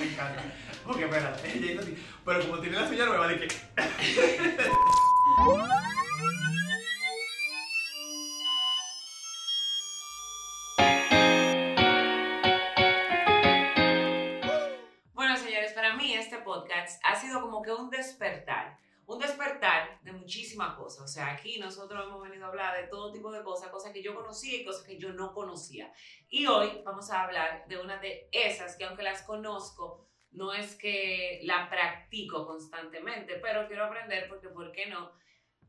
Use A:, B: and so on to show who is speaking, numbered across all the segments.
A: encanta. Ok, espérate. Ella hizo así. Pero como tiene la suya nueva, de que.
B: Bueno, señores, para mí este podcast ha sido como que un despertar, un despertar de muchísimas cosas. O sea, aquí nosotros hemos venido a hablar de todo tipo de cosas, cosas que yo conocía y cosas que yo no conocía. Y hoy vamos a hablar de una de esas que aunque las conozco, no es que la practico constantemente, pero quiero aprender porque, ¿por qué no?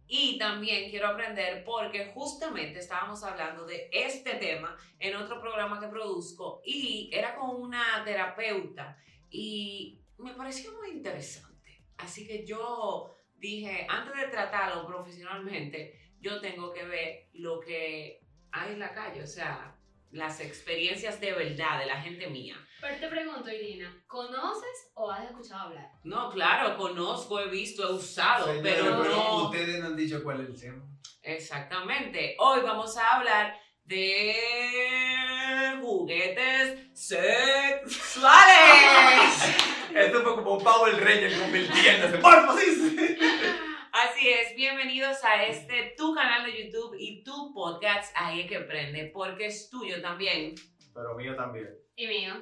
B: Y también quiero aprender porque justamente estábamos hablando de este tema en otro programa que produzco y era con una terapeuta y me pareció muy interesante. Así que yo dije, antes de tratarlo profesionalmente, yo tengo que ver lo que hay en la calle, o sea, las experiencias de verdad de la gente mía.
C: Pero te pregunto, Irina, ¿conoces o has escuchado hablar?
B: No, claro, conozco, he visto, he usado,
A: Señores,
B: pero
C: pero
B: no.
A: Ustedes no han dicho cuál es el tema.
B: Exactamente. Hoy vamos a hablar de juguetes sexuales.
A: Esto fue como Pablo el Rey el convirtiéndose. ¡Morfosis!
B: Así es, bienvenidos a este tu canal de YouTube y tu podcast Ahí es que prende, porque es tuyo también.
A: Pero mío también.
C: Y mío.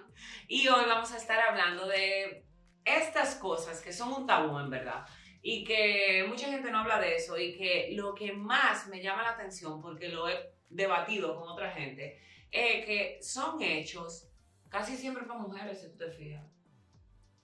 B: Y hoy vamos a estar hablando de estas cosas que son un tabú en verdad y que mucha gente no habla de eso y que lo que más me llama la atención, porque lo he debatido con otra gente, es que son hechos casi siempre para mujeres, si tú te fijas.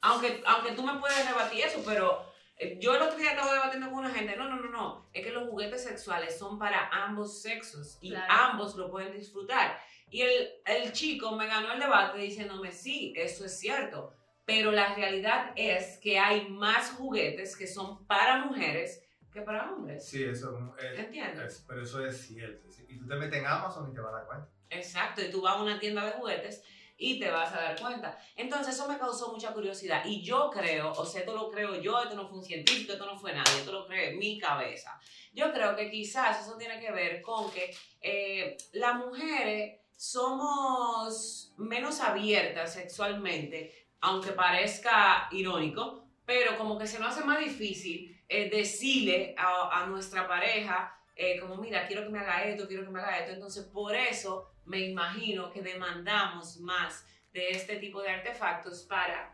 B: Aunque, aunque tú me puedes debatir eso, pero eh, yo el otro día estaba debatiendo con una gente, no, no, no, no, es que los juguetes sexuales son para ambos sexos y
C: Claro.
B: ambos lo pueden disfrutar. Y el, el chico me ganó el debate diciéndome, sí, eso es cierto, pero la realidad es que hay más juguetes que son para mujeres que para hombres.
A: Sí, eso es,
B: ¿Entiendes?
A: es- Pero eso es cierto. sí. Y tú te metes en Amazon y te vas a dar cuenta.
B: Exacto, y tú vas a una tienda de juguetes y te vas a dar cuenta. Entonces eso me causó mucha curiosidad y yo creo, o sea, esto lo creo yo, esto no fue un científico, esto no fue nadie, esto lo cree mi cabeza. Yo creo que quizás eso tiene que ver con que eh, las mujeres somos menos abiertas sexualmente, aunque parezca irónico, pero como que se nos hace más difícil eh, decirle a, a nuestra pareja, eh, como mira, quiero que me haga esto, quiero que me haga esto. Entonces, por eso me imagino que demandamos más de este tipo de artefactos para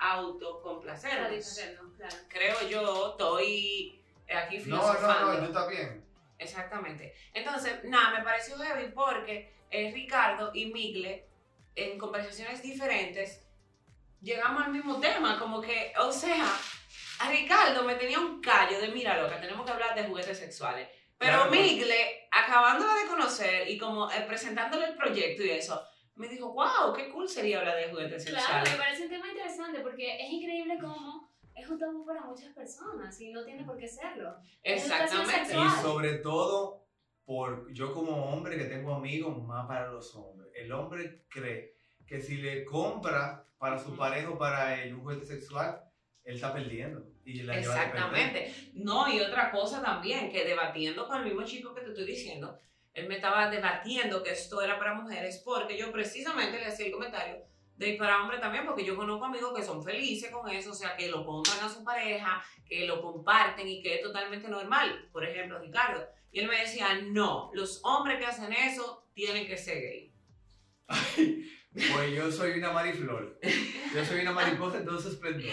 C: Para
B: autocomplacernos.
C: distraernos, claro.
B: Creo yo, estoy aquí
A: No,
B: filosofando.
A: no, no, tú también.
B: Exactamente. Entonces, nada, me pareció heavy porque eh, Ricardo y Migle, en conversaciones diferentes, llegamos al mismo tema, como que, o sea, a Ricardo me tenía un callo de, mira, loca, tenemos que hablar de juguetes sexuales. Pero
A: Claro.
B: Migle, acabándola de conocer y como eh, presentándole el proyecto y eso, me dijo, wow, qué cool sería hablar de juguetes
C: Claro, me
B: sexuales.
C: parece un tema interesante porque es increíble cómo es un tabú para muchas personas y no tiene por qué serlo.
B: Exactamente.
C: Educación sexual.
A: Y sobre todo, por yo como hombre que tengo amigos, más para los hombres. El hombre cree que si le compra para su
B: Ujú.
A: pareja o para él un juguete sexual, él está perdiendo. Y la lleva de perder.
B: Exactamente. No, y otra cosa también, que debatiendo con el mismo chico que te estoy diciendo, él me estaba debatiendo que esto era para mujeres, porque yo precisamente le hacía el comentario de para hombres también, porque yo conozco amigos que son felices con eso, o sea, que lo compran a su pareja, que lo comparten y que es totalmente normal. Por ejemplo, Ricardo. Y él me decía, no, los hombres que hacen eso tienen que ser gay.
A: Pues yo soy una mariflor. Yo soy una mariposa, entonces esplendor.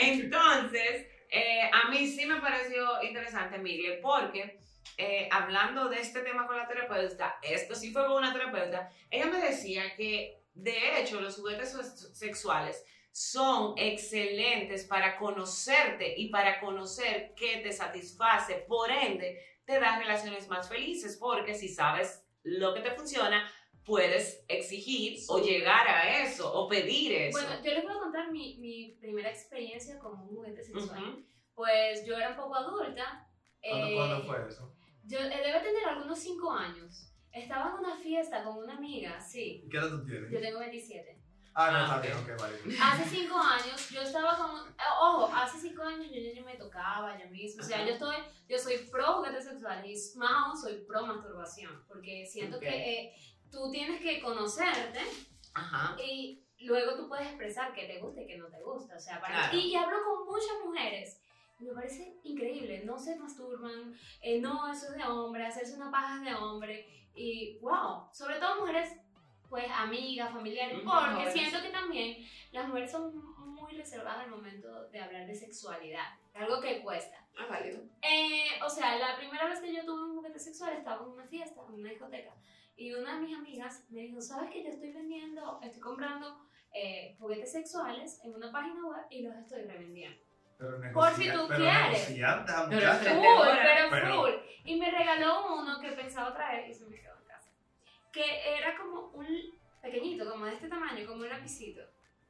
B: Entonces, eh, a mí sí me pareció interesante, Miguel, porque eh, hablando de este tema con la terapeuta, esto sí fue con una terapeuta, ella me decía que de hecho los juguetes sex- sexuales son excelentes para conocerte y para conocer qué te satisface, por ende te da relaciones más felices, porque si sabes lo que te funciona, puedes exigir o llegar a eso o pedir eso.
C: Bueno, yo les puedo contar mi, mi primera experiencia con un juguete sexual.
B: Ujú.
C: Pues yo era un poco adulta.
A: ¿Cuándo,
C: eh,
A: cuándo fue eso?
C: Yo eh, debe tener algunos 5 años. Estaba en una fiesta con una amiga, sí.
A: ¿Y ¿Qué edad tú tienes?
C: Yo tengo 27.
A: Ah, no,
B: Ah,
A: está
B: ok.
A: bien, ok, vale.
C: Hace 5 años yo estaba con... eh, Ojo, hace 5 años yo ya yo me tocaba yo misma. O sea,
B: Ajá.
C: yo, estoy, yo soy pro juguetes sexuales y más aún soy pro masturbación. Porque siento
B: Ok.
C: que eh, tú tienes que conocerte
B: Ajá.
C: y luego tú puedes expresar que te gusta y que no te gusta. O sea, para
B: Claro.
C: y, y hablo con muchas mujeres. y Me parece increíble, no se masturban, eh, no, eso es de hombre, hacerse una paja es de hombre. Y wow, sobre todo mujeres, pues amigas, familiares,
B: Ujú,
C: porque
B: jóvenes.
C: siento que también las mujeres son muy reservadas al momento de hablar de sexualidad, algo que cuesta.
B: Ah, válido.
C: Eh, o sea, la primera vez que yo tuve un juguete sexual estaba en una fiesta, en una discoteca, y una de mis amigas me dijo, ¿sabes que yo estoy vendiendo, estoy comprando eh, juguetes sexuales en una página web y los estoy revendiendo?
A: Pero
C: Por si
A: negocia-
C: tú
A: pero
C: quieres.
A: negociante, esa
B: Pero
A: muchacha.
B: Pero
C: Full,
B: ahora,
C: pero,
A: pero-
C: full. Y me regaló uno que pensaba traer y se me quedó en casa. Que era como un pequeñito, como de este tamaño, como un lapicito.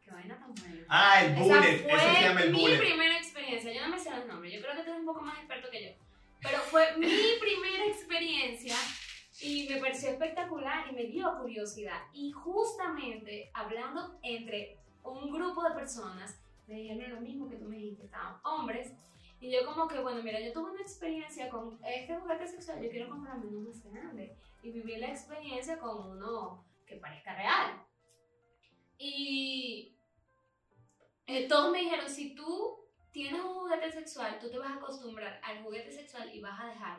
C: Qué vaina tan buena.
A: Ah, el
C: Esa
A: bullet,
C: fue
A: eso se llama el
C: mi
A: bullet.
C: primera experiencia. Yo no me sé los nombres, yo creo que tú eres un poco más experto que yo. Pero fue mi primera experiencia y me pareció espectacular y me dio curiosidad. Y justamente hablando entre un grupo de personas, me dijeron lo mismo que tú me dijiste, estaban hombres. Y yo como que, bueno, mira, yo tuve una experiencia con este juguete sexual, yo quiero comprarme uno más grande y vivir la experiencia con uno que parezca real. Y eh, todos me dijeron, si tú tienes un juguete sexual, tú te vas a acostumbrar al juguete sexual y vas a dejar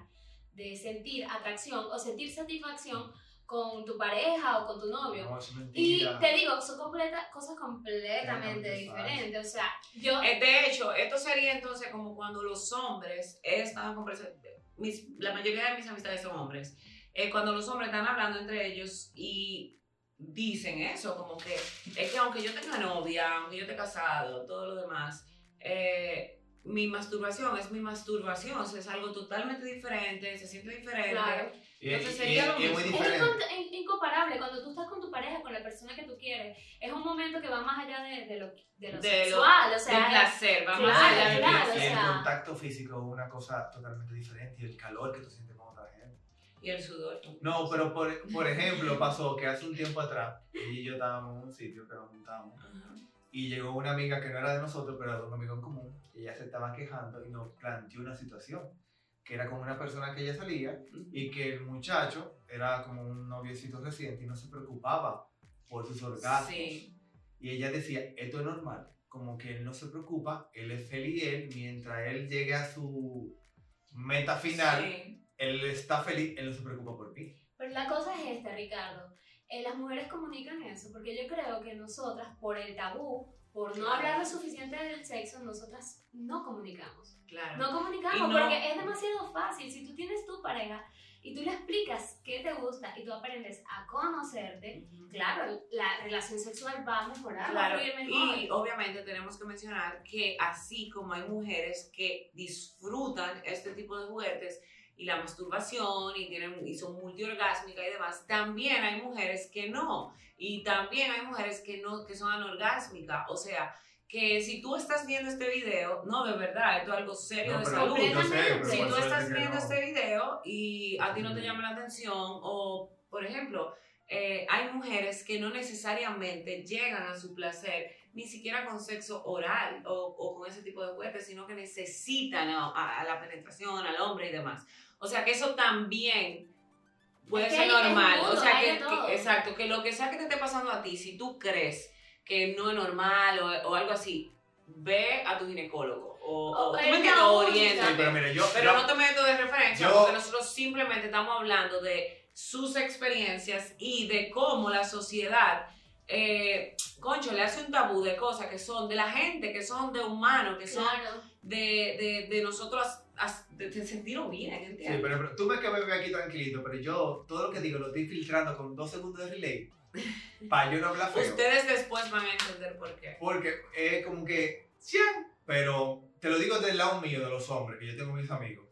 C: de sentir atracción o sentir satisfacción con tu pareja o con tu novio.
A: No, es
C: Y
A: Ah, mentira.
C: te digo, son completa- cosas completamente
A: Completamente falso.
C: diferentes. O sea, yo...
B: Eh, De hecho, esto sería entonces como cuando los hombres estaban conversando, mis- la mayoría de mis amistades son hombres, eh, cuando los hombres están hablando entre ellos y dicen eso, como que es que aunque yo tenga novia, aunque yo esté casado, todo lo demás, eh, mi masturbación es mi masturbación, o sea, es algo totalmente diferente, se siente diferente.
C: Claro.
A: Y-
B: entonces
A: y-
B: sería lo
A: y es muy
B: mismo.
C: Es
A: diferente.
C: incom- in- incomparable cuando tú estás con tu pareja, con la persona que tú quieres. Es un momento que va más allá de, de lo, de lo
B: De lo-
C: sexual. o
B: De
C: sea,
B: placer, vamos
C: claro,
B: a
A: Ah, Y-
B: hablar.
A: y
C: claro, o
A: el
C: sea.
A: contacto físico es una cosa totalmente diferente y el calor que tú sientes con otra gente.
B: Y el sudor.
A: No, pero por, por ejemplo, pasó que hace un tiempo atrás, ella y yo estábamos en un sitio que nos juntábamos
B: Ajá.
A: y llegó una amiga que no era de nosotros, pero era de un amigo en común. Y ella se estaba quejando y nos planteó una situación que era con una persona que ella salía y que el muchacho era como un noviecito reciente y no se preocupaba por sus orgasmos.
B: Sí.
A: Y ella decía, esto es normal, como que él no se preocupa, él es feliz él, mientras él llegue a su meta final,
B: Sí.
A: él está feliz, él no se preocupa por mí.
C: Pero la cosa es esta, Ricardo. Eh, las mujeres comunican eso, porque yo creo que nosotras, por el tabú, por no hablar lo suficiente del sexo, nosotras no comunicamos.
B: Claro.
C: No comunicamos
B: Y no-
C: porque es demasiado fácil. Si tú tienes tu pareja y tú le explicas qué te gusta y tú aprendes a conocerte, claro, la relación sexual va a mejorar, va a
B: Claro,
C: fluir mejor.
B: y obviamente tenemos que mencionar que así como hay mujeres que disfrutan este tipo de juguetes y la masturbación y, tienen, y son multiorgásmicas y demás, también hay mujeres que no. Y también hay mujeres que, no, que son anorgásmicas. O sea, que si tú estás viendo este video, no, de verdad, esto es algo serio
A: No,
B: de
A: pero
B: salud.
A: yo sé, pero
C: Completamente.
B: si
A: por
B: tú
A: eso
B: estás
A: dije que
B: viendo
A: no.
B: este video y a ti no te llama la atención o, por ejemplo, eh, hay mujeres que no necesariamente llegan a su placer ni siquiera con sexo oral o, o con ese tipo de juguetes, sino que necesitan a, a- a la penetración, al hombre y demás. O sea que eso también puede
C: Es que hay-
B: ser
C: es
B: normal.
C: todo,
B: o sea
C: hay
B: que,
C: de todo.
B: que- exacto, que lo que sea que te esté pasando a ti, si tú crees que no es normal o, o algo así, ve a tu ginecólogo o,
C: O-
B: o- tú
C: o
B: me
C: el
B: entiendes,
C: no
B: o
C: usa.
A: Sí,
B: oriéntate.
A: pero mire, yo,
B: Pero
A: yo-
B: no te meto de referencia,
A: Yo-
B: porque nosotros simplemente estamos hablando de sus experiencias y de cómo la sociedad, eh, concho, le hace un tabú de cosas que son de la gente, que son de humanos, que son
C: Claro.
B: de, de, de nosotros, as- as- de, de sentirnos bien,
A: sí,
B: ¿entiendes?
A: pero- pero tú ves que me veo aquí tranquilito, pero yo todo lo que digo lo estoy filtrando con dos segundos de relay para yo no hablar feo.
B: Ustedes después van a entender por qué.
A: Porque es como que, "Chian", pero te lo digo del lado mío, de los hombres, que yo tengo mis amigos.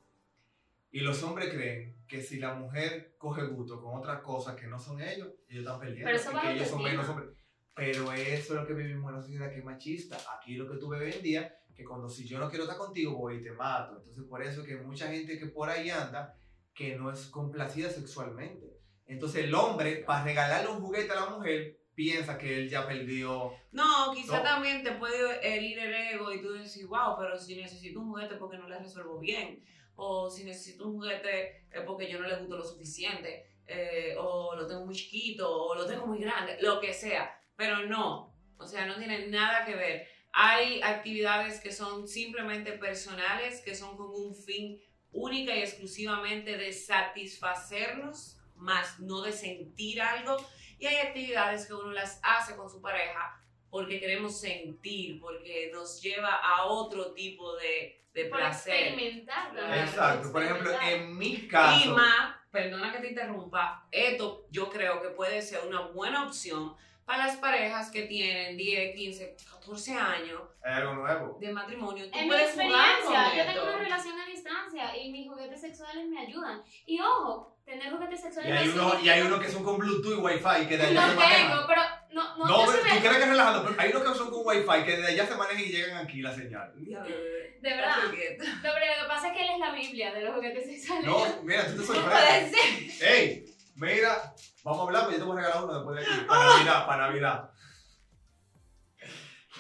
A: Y los hombres creen que si la mujer coge gusto con otras cosas que no son ellos, ellos están perdiendo.
C: Pero eso
A: y
C: baja
A: que ellos son
C: autoestima.
A: menos hombres. Pero eso es lo que vivimos en la sociedad que es machista. Aquí lo que tú ves hoy en día, que cuando si yo no quiero estar contigo, voy y te mato. Entonces, por eso es que mucha gente que por ahí anda, que no es complacida sexualmente. Entonces, el hombre, para regalarle un juguete a la mujer, piensa que él ya perdió.
B: No, quizá
A: No.
B: también te puede herir el ego y tú decís, wow, pero si necesito un juguete porque no le resuelvo bien, o si necesito un juguete eh, porque yo no le gusto lo suficiente, eh, o lo tengo muy chiquito, o lo tengo muy grande, lo que sea, pero no. O sea, no tienen nada que ver. Hay actividades que son simplemente personales, que son con un fin única y exclusivamente de satisfacernos, más no de sentir algo. Y hay actividades que uno las hace con su pareja porque queremos sentir, porque nos lleva a otro tipo de, de
C: Por
B: placer.
C: experimentar. ¿no?
A: Exacto. Por ejemplo,
C: Experimentar.
A: en mi caso,
B: Prima, perdona que te interrumpa, esto yo creo que puede ser una buena opción para las parejas que tienen 10, 15, 14 años
A: hay algo nuevo.
B: de matrimonio. Tú
C: En mi
B: puedes jugar con
C: experiencia, yo
B: esto.
C: tengo una relación a distancia y mis juguetes sexuales me ayudan. Y ojo, tener juguetes
A: Y
C: sexuales
A: hay,
C: no
A: uno, y
C: significa-
A: hay uno que son con Bluetooth y Wi-Fi que de allá
C: No
A: se manejan.
C: tengo, pero no, no,
A: No,
C: yo
A: pero
C: sí me-
A: tú crees que es relajando, pero hay unos que son con Wi-Fi que de allá se manejan y llegan aquí la señal.
B: Diablo, bebé.
C: De verdad.
B: Eh, Así que-
C: No, pero lo que pasa es que él es la Biblia de los juguetes sexuales.
A: No, mira, tú te
C: No
A: sorprendes.
C: puede ser.
A: ¡Ey! Mira, vamos a hablar, pues yo te voy a regalar uno después de aquí. Para Navidad, para Navidad.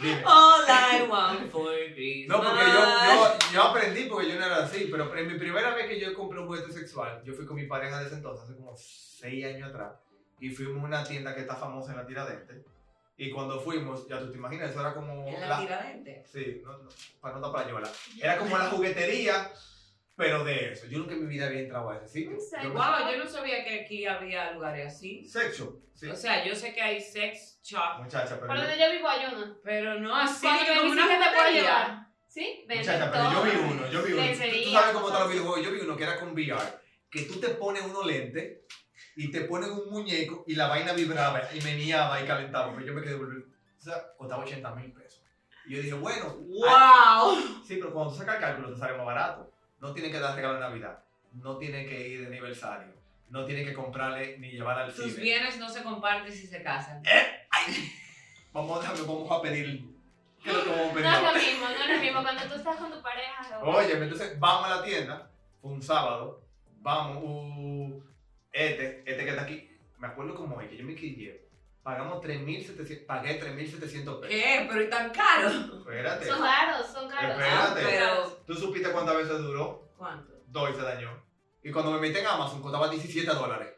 A: Dime.
B: All I want for Christmas.
A: No, porque yo, yo, yo aprendí porque yo no era así, pero en mi primera vez que yo compré un juguete sexual, yo fui con mi pareja de ese entonces, hace como seis años atrás, y fuimos a una tienda que está famosa en la Tiradentes, y cuando fuimos, ya tú te imaginas, eso era como...
B: En la
A: la-
B: tiradente.
A: Sí, no, no, para no tapar la yola. Era como la juguetería, pero de eso. Yo nunca en mi vida había entrado a ese sitio.
C: Un sex
A: Yo me-
C: shop.
B: Wow, yo no sabía que aquí había lugares así.
A: Sex shop, sí.
B: O sea, yo sé que hay sex shop,
A: Muchacha, pero
C: Por
A: yo,
C: donde yo vivo hay uno.
B: pero no así
C: Cuando
B: que
C: me
B: como una
C: visite te puedo
B: juguetería.
C: llevar. ¿Sí? Venden
A: muchacha, pero yo
C: todo.
A: vi uno, yo vi uno. Tú- Tú,
C: Lencería,
A: sabes cómo están
C: cosas
A: los videojuegos. Yo vi uno que era con VR, que tú te pones uno lente y te pones un muñeco y la vaina vibraba y meneaba y calentaba. Pero yo me quedé volviendo. O sea, costaba 80 mil pesos. Y yo dije, bueno,
B: ¡Wow!
A: Sí, pero cuando tú sacas el cálculo te sale más barato. No tiene que dar regalo de Navidad. No tiene que ir de aniversario. No tiene que comprarle ni llevar al
B: Sus
A: cine.
B: bienes no se comparten si se casan.
A: Vamos a, vamos a pedir. ¿Qué es lo que vamos a
C: No
A: pedir?
C: es lo mismo, no es lo mismo. Cuando tú estás con tu pareja. o-
A: Oye, entonces vamos a la tienda. Fue un sábado. Vamos. uh, este, este que está aquí. Me acuerdo como hoy que yo me quillé. Pagamos 3.700. Pagué 3.700 pesos.
B: ¿Qué? Pero es tan caro.
A: Espérate.
C: Son caros, son caros.
B: Ah,
A: Espérate.
B: pero,
A: ¿Tú supiste cuántas veces duró?
B: ¿cuánto?
A: Dos y se dañó. Y cuando me metí en Amazon costaba 17 dólares.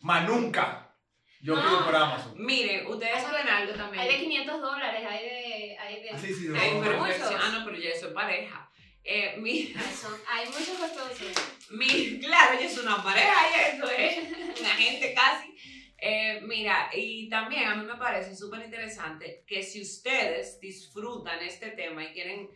A: Más nunca. Yo
C: No.
A: pido por Amazon.
B: Miren, ustedes saben algo
C: Hay de
B: también.
C: 500 dólares, hay de... Hay de...
A: Ah, Sí, sí, no.
B: Ay, pero
C: Muchos.
B: versión- ah, no, pero ya eso es pareja. Eh, mi,
C: Ay, son- Hay muchos costosos.
B: mi, claro, ya es una pareja, ya eso es una gente casi. Eh, mira, y también a mí me parece súper interesante que si ustedes disfrutan este tema y quieren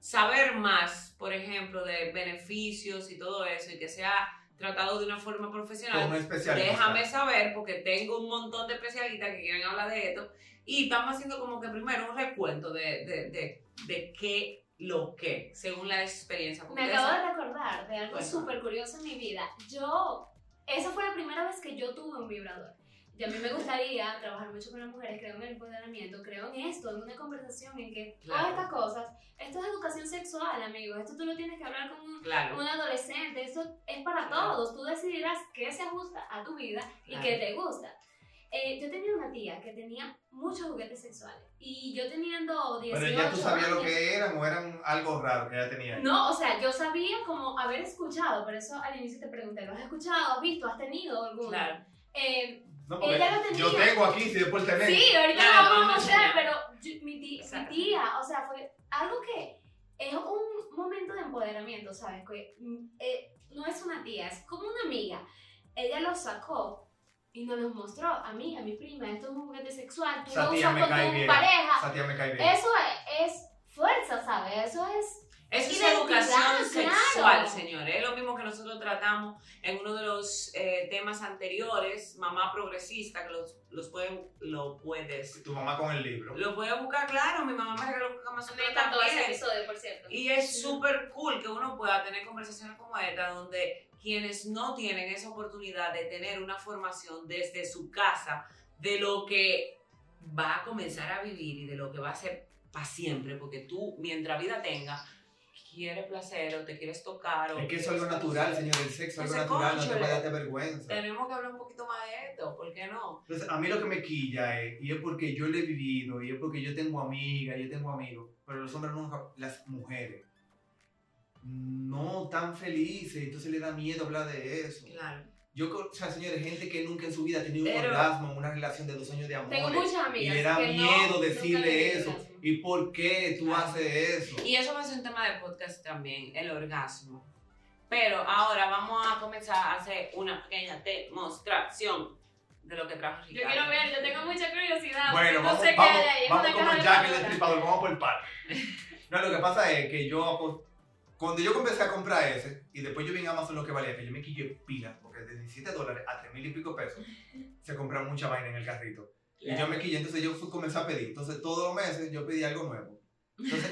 B: saber más, por ejemplo, de beneficios y todo eso, y que sea tratado de una forma profesional,
A: Con un especialista.
B: Déjame saber porque tengo un montón de especialistas que quieren hablar de esto y estamos haciendo como que primero un recuento de, de, de, de qué, lo que, según la experiencia.
C: Me
B: porque
C: acabo
B: eso-
C: de recordar de algo
B: Bueno.
C: súper curioso en mi vida. Yo, esa fue la primera vez que yo tuve un vibrador. Y a mí me gustaría trabajar mucho con las mujeres, creo en el empoderamiento, creo en esto, en una conversación en que
B: Claro.
C: todas estas cosas, esto es educación sexual, amigos, esto tú lo tienes que hablar con un,
B: Claro.
C: un adolescente, esto es para
B: Claro.
C: todos, tú decidirás qué se ajusta a tu vida y
B: Claro.
C: qué te gusta. Eh, yo tenía una tía que tenía muchos juguetes sexuales y yo teniendo 18
A: Pero ya tú sabías lo
C: años-
A: que eran o eran algo raro que ya tenía.
C: no, o sea, yo sabía como haber escuchado, por eso al inicio te pregunté, ¿lo has escuchado? ¿Has visto? ¿Has tenido alguno?
B: Claro.
C: Eh,
A: No, porque
C: Ella lo tenía.
A: yo tengo aquí, si después tenés.
C: sí, ahorita
B: Claro,
C: lo vamos a
B: vamos a
C: mostrar,
B: enseñar.
C: pero yo- mi, ti- mi
B: Exacto.
C: tía, o sea, fue algo que es un momento de empoderamiento, ¿sabes? Que mm, eh, no es una tía, es como una amiga. Ella lo sacó y nos los mostró a mí, a mi prima, esto es un juguete sexual, tú
A: Esa
C: lo
A: tía
C: usas
A: me
C: con tu
A: cae bien.
C: pareja.
A: Esa tía me cae bien.
C: Eso es, es fuerza, ¿sabes? Eso es
B: Eso es
C: Identidad,
B: educación sexual,
C: claro.
B: señores. Es lo mismo que nosotros tratamos en uno de los eh, temas anteriores, Mamá Progresista, que los, los pueden, lo puedes.
A: Tu mamá con el libro.
B: Lo puedes buscar, claro. Mi mamá me regaló un Amazon
C: Me encantó ese
B: también.
C: episodio, por cierto.
B: Y es súper cool que uno pueda tener conversaciones como esta, donde quienes no tienen esa oportunidad de tener una formación desde su casa, de lo que va a comenzar a vivir y de lo que va a ser para siempre, porque tú, mientras vida tenga, quieres placer o te quieres tocar. O
A: Es que eso es algo
B: quieres-
A: natural, señor. El sexo es algo
B: Entonces,
A: natural, no te
B: cónchale.
A: vayas de vergüenza.
B: Tenemos que hablar un poquito más de esto, ¿por qué no?
A: Entonces, a mí lo que me quilla es, y es porque yo lo he vivido, y es porque yo tengo amigas, yo tengo amigos, pero los hombres nunca, las mujeres, no tan felices, entonces le da miedo hablar de eso.
B: Claro.
A: Yo, con- o sea, señores, gente que nunca en su vida ha tenido un
B: Pero-
A: orgasmo, una relación de dos años de amor.
C: Tengo muchas
A: Y
C: amigas.
A: le da
C: que no-
A: miedo
C: nunca
A: decirle
C: tienen
A: eso.
C: orgasmo.
A: ¿Y por qué tú
B: Claro.
A: haces eso?
B: Y eso va a ser un tema de podcast también, el orgasmo. Pero ahora vamos a comenzar a hacer una pequeña demostración de lo que trajo
C: Yo
B: Ricardo.
C: quiero ver, yo tengo mucha curiosidad.
A: Bueno,
C: porque no
A: vamos,
C: sé qué
A: vamos,
C: hay ahí. es
A: vamos
C: una
A: como
C: caja de
A: Jack el
C: Pandora.
A: destripador, vamos por el par. No, lo que pasa es que yo, pues, cuando yo comencé a comprar ese, y después yo vi en Amazon lo que valía, que yo me quillé pilas, porque de 17 dólares a 3 mil y pico pesos se compra mucha vaina en el carrito. Y yo me quillé, entonces yo fui, comencé a pedir. Entonces todos los meses yo pedí algo nuevo. Entonces,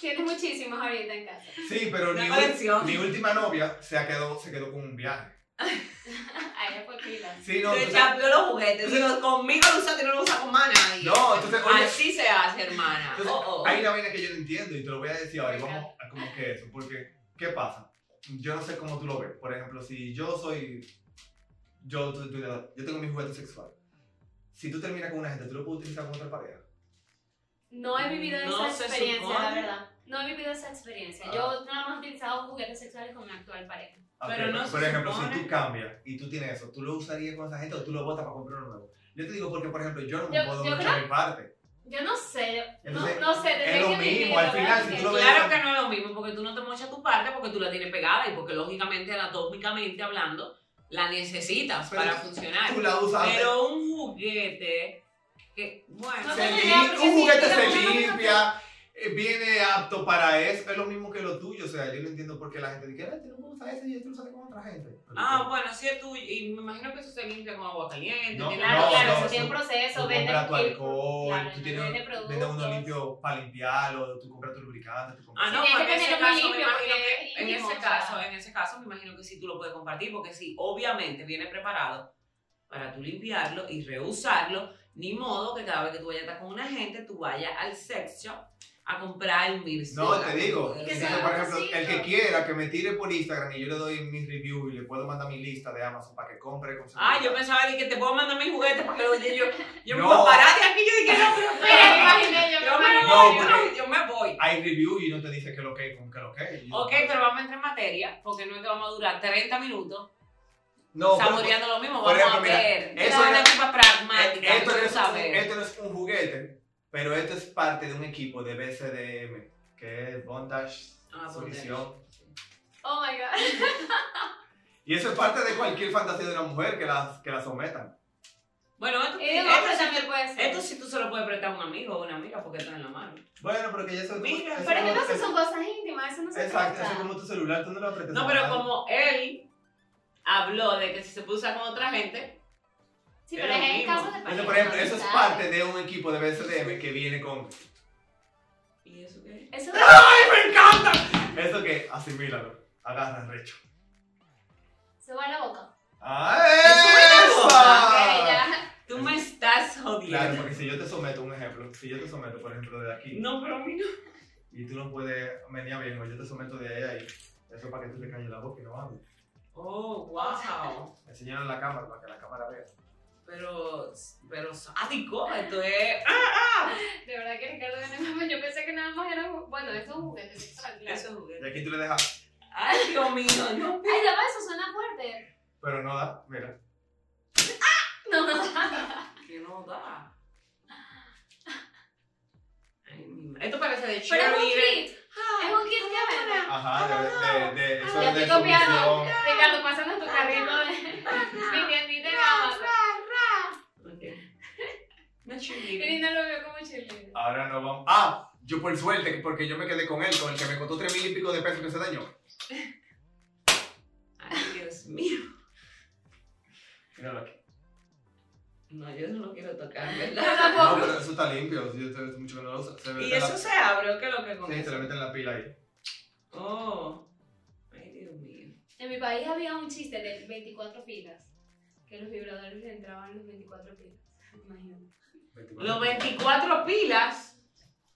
C: Tienes muchísimos ahorita en casa.
A: sí, pero
B: Una
A: mi,
B: colección.
A: mi última novia se, ha quedado, se quedó con un viaje.
C: Ahí ya fue pilas.
A: Sí, no,
B: Le
A: entonces,
B: chapeó los juguetes, se los conmigo los usa, que no los usa con mana. ahí.
A: no, entonces, oye,
B: Así se hace, hermana.
A: Entonces,
B: Oh, oh.
A: Hay una vaina que yo no entiendo y te lo voy a decir ahora y
C: Venga.
A: vamos a como que eso, porque ¿qué pasa? Yo no sé cómo tú lo ves. Por ejemplo, si yo soy, yo, tú- tú- yo tengo mi juguete sexual. Si tú terminas con una gente, ¿tú lo puedes utilizar con otra pareja?
C: No he vivido
B: No se
C: esa experiencia, la
B: supone.
C: verdad. No he vivido esa experiencia.
A: Ah.
C: Yo nada más he utilizado juguetes sexuales con mi actual pareja.
A: Ah,
B: Pero no se
A: por ejemplo, si
B: supone.
A: tú cambias y tú tienes eso, ¿tú lo usarías con esa gente o tú lo botas para comprar uno nuevo? Yo te digo porque, por ejemplo, yo no me
C: Yo-
A: puedo
C: yo
A: mucho
C: creo-
A: mi parte.
C: Yo no sé, yo- no,
A: Entonces,
C: no sé, tendría
A: lo
C: que
A: mismo,
C: vivirlo,
A: al final, si
C: ¿verdad?
A: tú
C: Porque-
A: lo ves-
B: Claro que no es lo mismo, porque tú no te mochas tu parte porque tú la tienes pegada y porque lógicamente, anatómicamente hablando, la necesitas
A: Pero
B: para funcionar.
A: Tú la usas antes.
B: Pero un juguete que, bueno,
C: No
A: Se
C: tengo
A: lim-
C: idea, porque
A: un
C: sí,
A: juguete
C: digamos,
A: se
C: no, no, no,
A: limpia, eh, viene apto para eso, es lo mismo que lo tuyo. O sea, yo no entiendo por qué la gente dice, ay, tú no usas ese y este lo usas con otra gente. Pero
B: ah,
A: tú-
B: bueno, sí es tuyo. Y me imagino que eso se limpia con agua caliente.
A: No,
B: tiene-
C: Claro,
A: no,
C: claro,
A: no,
C: eso
A: eso-
C: tiene un proceso.
A: tú
C: venden
A: compras tu
C: el-
A: alcohol,
C: claro,
A: tú tienes
C: vende
A: vende uno
C: productos.
A: limpio para limpiarlo, tú compras tu lubricante, tú compras...
B: Ah, no,
C: Tiene que
B: pero en ese
C: tenerlo muy
B: caso, me
C: limpio,
B: imagino
C: porque
B: que- en
C: es
B: ese
C: íntimo, o
B: caso,
C: sea.
B: en ese caso, me imagino que sí tú lo puedes compartir, porque sí, obviamente viene preparado para tú limpiarlo y reusarlo, ni modo que cada vez que tú vayas a estar con una gente, tú vayas al sex shop a comprar el Mirce.
A: No, te digo,
C: Que
A: entonces,
C: sea
A: por ejemplo,
C: cosito.
A: el que quiera que me tire por Instagram y yo le doy mis reviews y le puedo mandar mi lista de Amazon para que compre. con su-
B: Ah, yo pensaba de que te puedo mandar mis juguetes para que lo yo, yo me
A: No.
B: voy a parar de aquí, yo dije, no, pero
C: Mira, me
B: espérate,
C: imaginé, yo me
B: yo me
C: imaginé.
B: voy,
A: No,
B: yo
A: porque-
B: no, yo me voy.
A: Hay reviews y no te dice que lo que, con que lo que. y-
B: Ok, pero vamos a entrar en materia, porque no es que vamos a durar 30 minutos
A: No, pero-
B: saboreando lo mismo,
A: por
B: vamos
A: ejemplo,
B: a
A: mira,
B: ver.
A: eso
B: Eso es una
A: es-
B: tipa
A: esto,
B: pragmática, yo
A: no
B: quiero
A: es un,
B: saber.
A: esto no es un juguete, pero esto es parte de un equipo de BCDM, que es Bondage,
B: Ah,
A: Sumisión.
C: Oh my god.
A: Y eso es parte de cualquier fantasía de una mujer que la, que la sometan.
B: Bueno, esto,
C: Y de
B: esto
C: hombre
B: sí
C: también puede
B: tú-
C: ser.
B: esto sí tú se lo puedes prestar a un amigo o una amiga porque está en la mano.
A: Bueno, pero que ya eso
B: Mira,
A: eso
C: Pero es que
A: como-
C: no sé,
A: eso-
C: son cosas íntimas, eso no se
A: Exacto, eso
C: trata.
A: es como tu celular, tú no lo apretas.
B: No, pero como él habló de que si se puso con otra gente,
C: Sí,
B: es
C: pero
B: lo
C: es en
B: mismo.
C: caso de
A: Entonces,
C: pareja,
A: por ejemplo,
C: no
A: eso es
C: se
A: parte de un equipo de BCDM que viene con...
B: ¿y eso qué?
C: trata. Eso
A: ¡Ay, me encanta! Eso que, asimílalo, agarra recho.
C: se va a la boca.
A: ¡Ah,
B: Es una
A: esa!
C: Ok, ya.
B: Tú me estás
A: Claro,
B: jodiendo.
A: porque si yo te someto, un ejemplo, si yo te someto, por ejemplo, de aquí,
B: No, pero a mí no.
A: y tú no puedes venir bien, o yo te someto de ahí a ahí, eso es para que tú le calles la boca y no hables.
B: Oh, wow.
A: Enseñalo en la cámara para que la cámara vea.
B: Pero, pero sádico, esto es. ah,
C: De verdad que Ricardo viene más. Yo pensé que nada más era. un- Bueno, esto es un juguete sexual, claro.
B: Eso es
A: Y
B: juguete.
A: aquí tú le dejas,
B: Ay, Dios mío, no.
C: Ay, ya va, eso suena fuerte.
A: pero no da, mira.
C: No, no.
B: Que no da. Ay, mi madre. Esto parece de
C: Pero es un
B: cheerleader. Ah,
C: kit. Es un kit que venden.
A: Ajá, de, de, de, eso
C: Ya
A: es de
C: estoy copiando.
A: sumisión.
C: Ricardo, pásanos tu carrito de. Mi tiendita en Amazon.
B: Okay. Una
C: Y
B: cheerleader.
C: Nina lo veo como chile.
A: Ahora no vamos. Ah, yo por suerte, porque yo me quedé con él, con el que me costó tres mil y pico de pesos que se dañó.
B: Ay, Dios mío.
A: Míralo aquí.
B: No, yo no lo quiero tocar, ¿verdad?
C: Yo
A: No,
C: tampoco.
A: pero eso está limpio, yo te mucho que no lo usa. Se le
B: Y
A: mete la-
B: eso se abre, ¿o qué es lo que con
A: Sí, se
B: eso?
A: le meten la pila ahí.
B: Oh, ay, Dios mío.
C: En mi país había un chiste de 24 pilas. Que los vibradores le entraban los 24 pilas. Imagínate.
B: Los 24 pilas.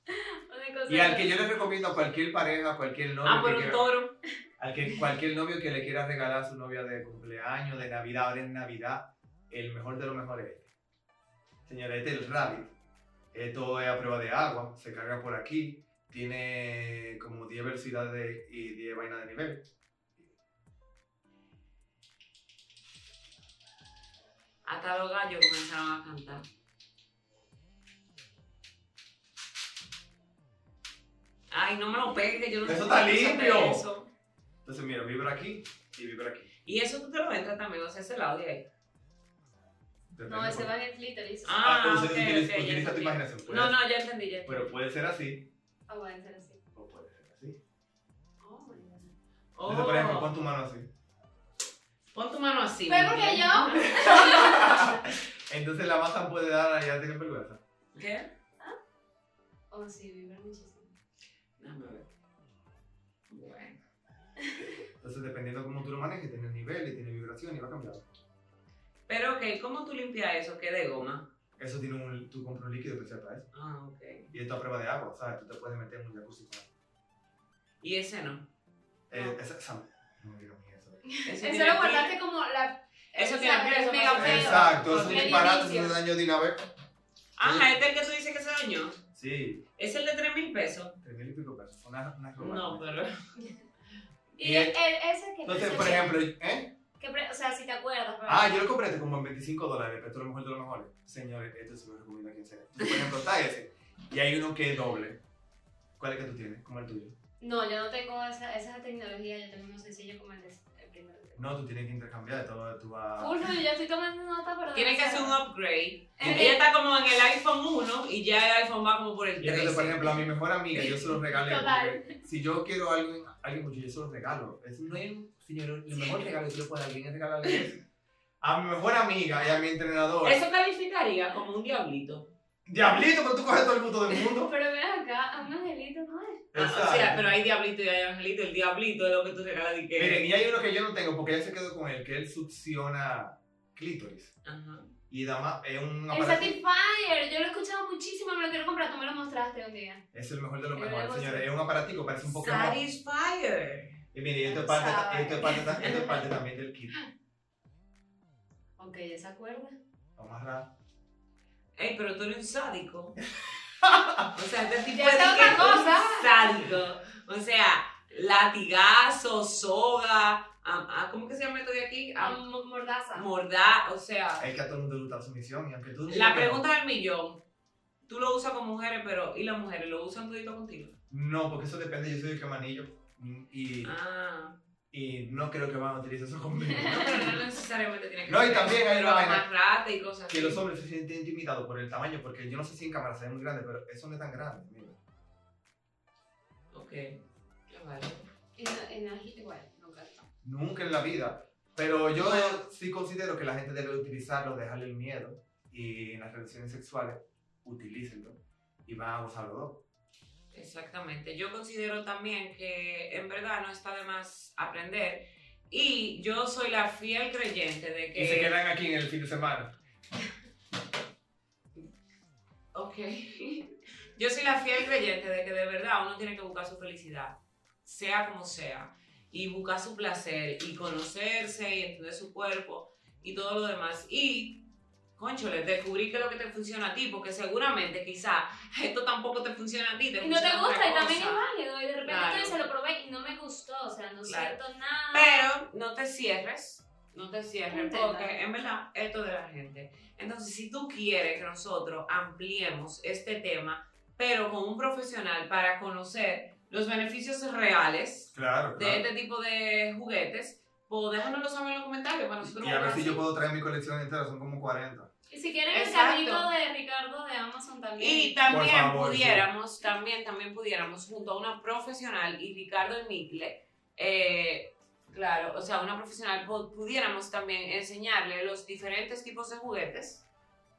C: Una cosa
A: Y al que yo le recomiendo a cualquier pareja, a cualquier novio
B: Ah,
A: que
B: por un
A: quiera-
B: toro.
A: Al que cualquier novio que le quiera regalar a su novia de cumpleaños, de Navidad, ahora en Navidad, el mejor de los mejores es este. Señora, este es el Rabbit. Esto es a prueba de agua, se carga por aquí, tiene como 10 velocidades y 10 vainas de nivel.
B: Hasta los gallos comenzaron a cantar. Ay, no me lo pegue, yo no
A: Eso
B: sé
A: está
B: cómo hacer
A: limpio.
B: eso.
A: Entonces, mira, vibra aquí y vibra aquí.
B: Y eso tú te lo entras también, o sea, ese lado de ahí.
A: Depende
C: No, ese
A: por-
C: va en el clítoris.
B: Ah.
A: entonces
B: ok,
A: pues, utiliza,
B: ok, ya
A: utiliza tu
B: entendí.
A: imaginación. puede-
B: No, no, ya entendí, ya entendí.
A: Pero puede ser así
C: Ah, bueno, será así.
A: o puede ser así.
C: Oh, my God.
B: Oh.
A: Entonces, por ejemplo, pon tu mano así.
B: Pon tu mano así.
C: Fue
B: muy
C: porque
B: bien.
C: yo-
A: Entonces, la masa puede dar allá, tiene vergüenza.
B: ¿Qué?
C: Oh, sí, vibra muchísimo.
B: Déjame ver. Bueno.
A: Entonces, dependiendo de cómo tú lo manejes, tiene nivel y tiene vibración y va cambiando.
B: Pero, ok, ¿cómo tú limpias eso? ¿Qué de goma?
A: Eso tiene un, tú compras un líquido especial para eso.
B: Ah, ok.
A: Y esto a prueba de agua, ¿sabes? Tú te puedes meter en un jacuzzi con
B: Y ese no.
A: Eh,
C: No.
A: esa, esa- no digo ni eso.
B: Ese
C: Eso
B: tiene
C: lo
B: pila.
C: guardaste como la.
B: Eso
C: o
B: tiene
C: sea,
B: pila, eso
C: mega
B: no se-
C: feo.
A: Exacto, es un
C: Medio
A: disparate, es
C: inicio.
A: un daño de una vez.
B: Ajá, este que tú dices que se dañó.
A: Sí,
B: ¿Es el de 3 mil pesos?
A: tres mil y pico pesos. Una, una roba.
B: No, pero.
C: Y
A: Y
C: el, el- ese que.
A: Entonces,
C: ese
A: por
C: que-
A: ejemplo, ¿eh?
C: que pre- o sea, si te acuerdas. ¿verdad?
A: Ah, yo lo compré este como en 25 dólares, pero esto es lo mejor de lo mejor. Señores, esto se lo recomiendo a quien sea. Tú, por ejemplo, está ese. Y hay uno que es doble. ¿Cuál es que tú tienes? Como el tuyo.
C: No, yo no tengo esa, esa tecnología, yo tengo uno sencillo como el, de, el primero.
A: No, tú tienes que intercambiar todo. Tú vas.
C: Fulvio, yo estoy tomando nota, pero. no
B: Tiene que
C: sé.
B: hacer un upgrade.
C: Eh,
B: Ella está como en el iPhone 1 y ya el iPhone va como por el
A: Y entonces, por
B: 13.
A: ejemplo, a mi mejor amiga, yo se lo regalé.
C: Total.
A: porque Si yo quiero a alguien, a alguien mucho, yo se lo regalo. Es, no hay, un- señor, el mejor regalo que tú le puedes dar a alguien es regalarle eso. A mi mejor amiga y a mi entrenador.
B: Eso calificaría como un diablito.
A: Diablito, pero tú coges todo el gusto del mundo.
C: Pero ven acá, a un angelito, ¿no es?
B: Ah,
A: Exacto.
B: o sea, pero hay diablito y hay angelito. El diablito es lo que tú regalas y que.
A: Miren, y hay uno que yo no tengo porque él se quedó con él, que él succiona clítoris.
B: Ajá.
A: Y da más, es un
C: El
A: aparato.
C: Satisfyer, yo lo he escuchado muchísimo, me lo quiero comprar, tú me lo mostraste un día.
A: Es el mejor de los
C: El
A: mejores,
C: negocio.
A: señores. Es un aparatico, parece un Pokémon.
B: Satisfyer.
A: Y mire, y esto es
C: Tú
A: parte, ta-
C: sabes.
A: esto es parte, ta- esto es parte también del kit.
C: Ok, ¿ya se acuerda?
A: Vamos a agarrar.
B: Ey, pero tú eres un sádico. o sea, este tipo
C: Ya está
B: de
C: otra
B: que es un
C: cosa.
B: sádico. O sea, latigazo, soga. am- ah, ¿Cómo que se llama esto de aquí?
C: A
B: Am-
C: mo- mordaza.
B: Mordar, o sea.
A: Es que a todo el mundo le gusta su misión. Y aunque tú digas
B: La
A: que no-
B: pregunta del millón. Tú lo usas con mujeres, pero ¿y las mujeres lo usan todito contigo?
A: No, porque eso depende, yo soy el camanillo. mm, Y,
B: Ah.
A: y no creo que van a utilizar eso conmigo.
B: No, pero no necesariamente tiene que
A: No, y
B: ser
A: también
B: eso,
A: hay
B: pero
A: una vaina.
B: amarrate y cosas
A: que
B: así.
A: los hombres se sienten intimidados por el tamaño, porque yo no sé si en cámara se ve muy grande, pero eso no es tan grande. Mira.
B: Ok. Ya vale.
C: Y no, y no es igual, nunca.
A: Nunca en la vida. Pero yo sí considero que la gente debe utilizarlo, dejarle el miedo. Y en las relaciones sexuales, utilícenlo. Y van a gozar los dos.
B: Exactamente. Yo considero también que en verdad no está de más aprender. Y yo soy la fiel creyente de que.
A: Y se quedan aquí en el fin de semana.
B: Ok. Yo soy la fiel creyente de que de verdad uno tiene que buscar su felicidad, sea como sea, y buscar su placer, y conocerse, y entender su cuerpo, y todo lo demás. Y, conchole, descubrir qué es lo que te funciona a ti, porque seguramente quizá esto tampoco te funciona a ti. Te
C: Y no te
B: funciona
C: gusta,
B: otra
C: y también
B: cosa.
C: es válido. Y de repente
B: Claro.
C: entonces se lo probé y no me gustó, o sea, no
B: Claro.
C: siento nada.
B: Pero no te cierres, no te cierres,
C: Entiendo.
B: porque en verdad esto de la gente. Entonces, si tú quieres que nosotros ampliemos este tema, pero con un profesional para conocer los beneficios reales
A: Claro,
B: de este tipo de juguetes, pues déjanoslo saber en los comentarios para nosotros.
A: Y a ver
B: jugar
A: si yo
B: así.
A: puedo traer mi colección entera, son como 40.
C: Y si quieren el
B: Exacto.
C: carrito de Ricardo de Amazon también.
B: Y también
A: Por favor,
B: pudiéramos, también, también pudiéramos, junto a una profesional y Ricardo Emigle, eh, claro, o sea, una profesional, pu- pudiéramos también enseñarle los diferentes tipos de juguetes,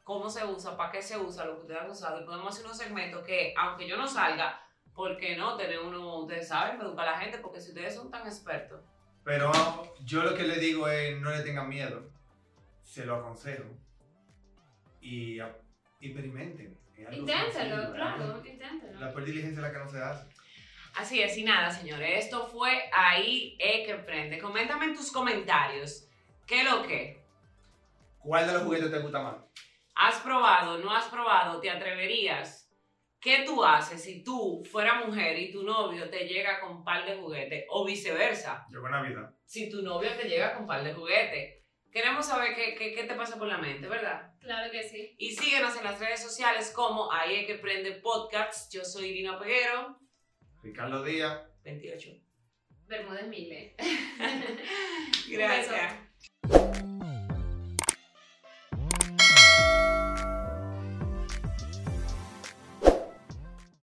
B: cómo se usa, para qué se usa, lo que ustedes han usado, y podemos hacer un segmento que, aunque yo no salga, ¿por qué no tener uno, ustedes saben, para educar a la gente? Porque si ustedes son tan expertos,
A: Pero yo lo que le digo es, no le tengan miedo. Se lo aconsejo. Y a- experimenten. Es algo
C: Inténtalo,
A: sencillo,
C: claro,
A: ¿verdad?
C: inténtalo.
A: La peor diligencia es la que no se hace.
B: Así es, y nada, señores, esto fue Ahí es que prende. Coméntame en tus comentarios, ¿qué lo que?
A: ¿Cuál de los juguetes te gusta más?
B: ¿Has probado? ¿No has probado? ¿Te atreverías? ¿Qué tú haces si tú fueras mujer y tu novio te llega con un par de juguetes? O viceversa,
A: Yo con Navidad.
B: si tu novio te llega con un par de juguetes. Queremos saber qué, qué, qué te pasa por la mente, ¿verdad?
C: Claro que sí.
B: Y síguenos en las redes sociales como Ahí es que prende podcasts. Yo soy Irina Peguero,
A: Ricardo Díaz.
B: 28.
C: Bermúdez Mille.
B: Gracias.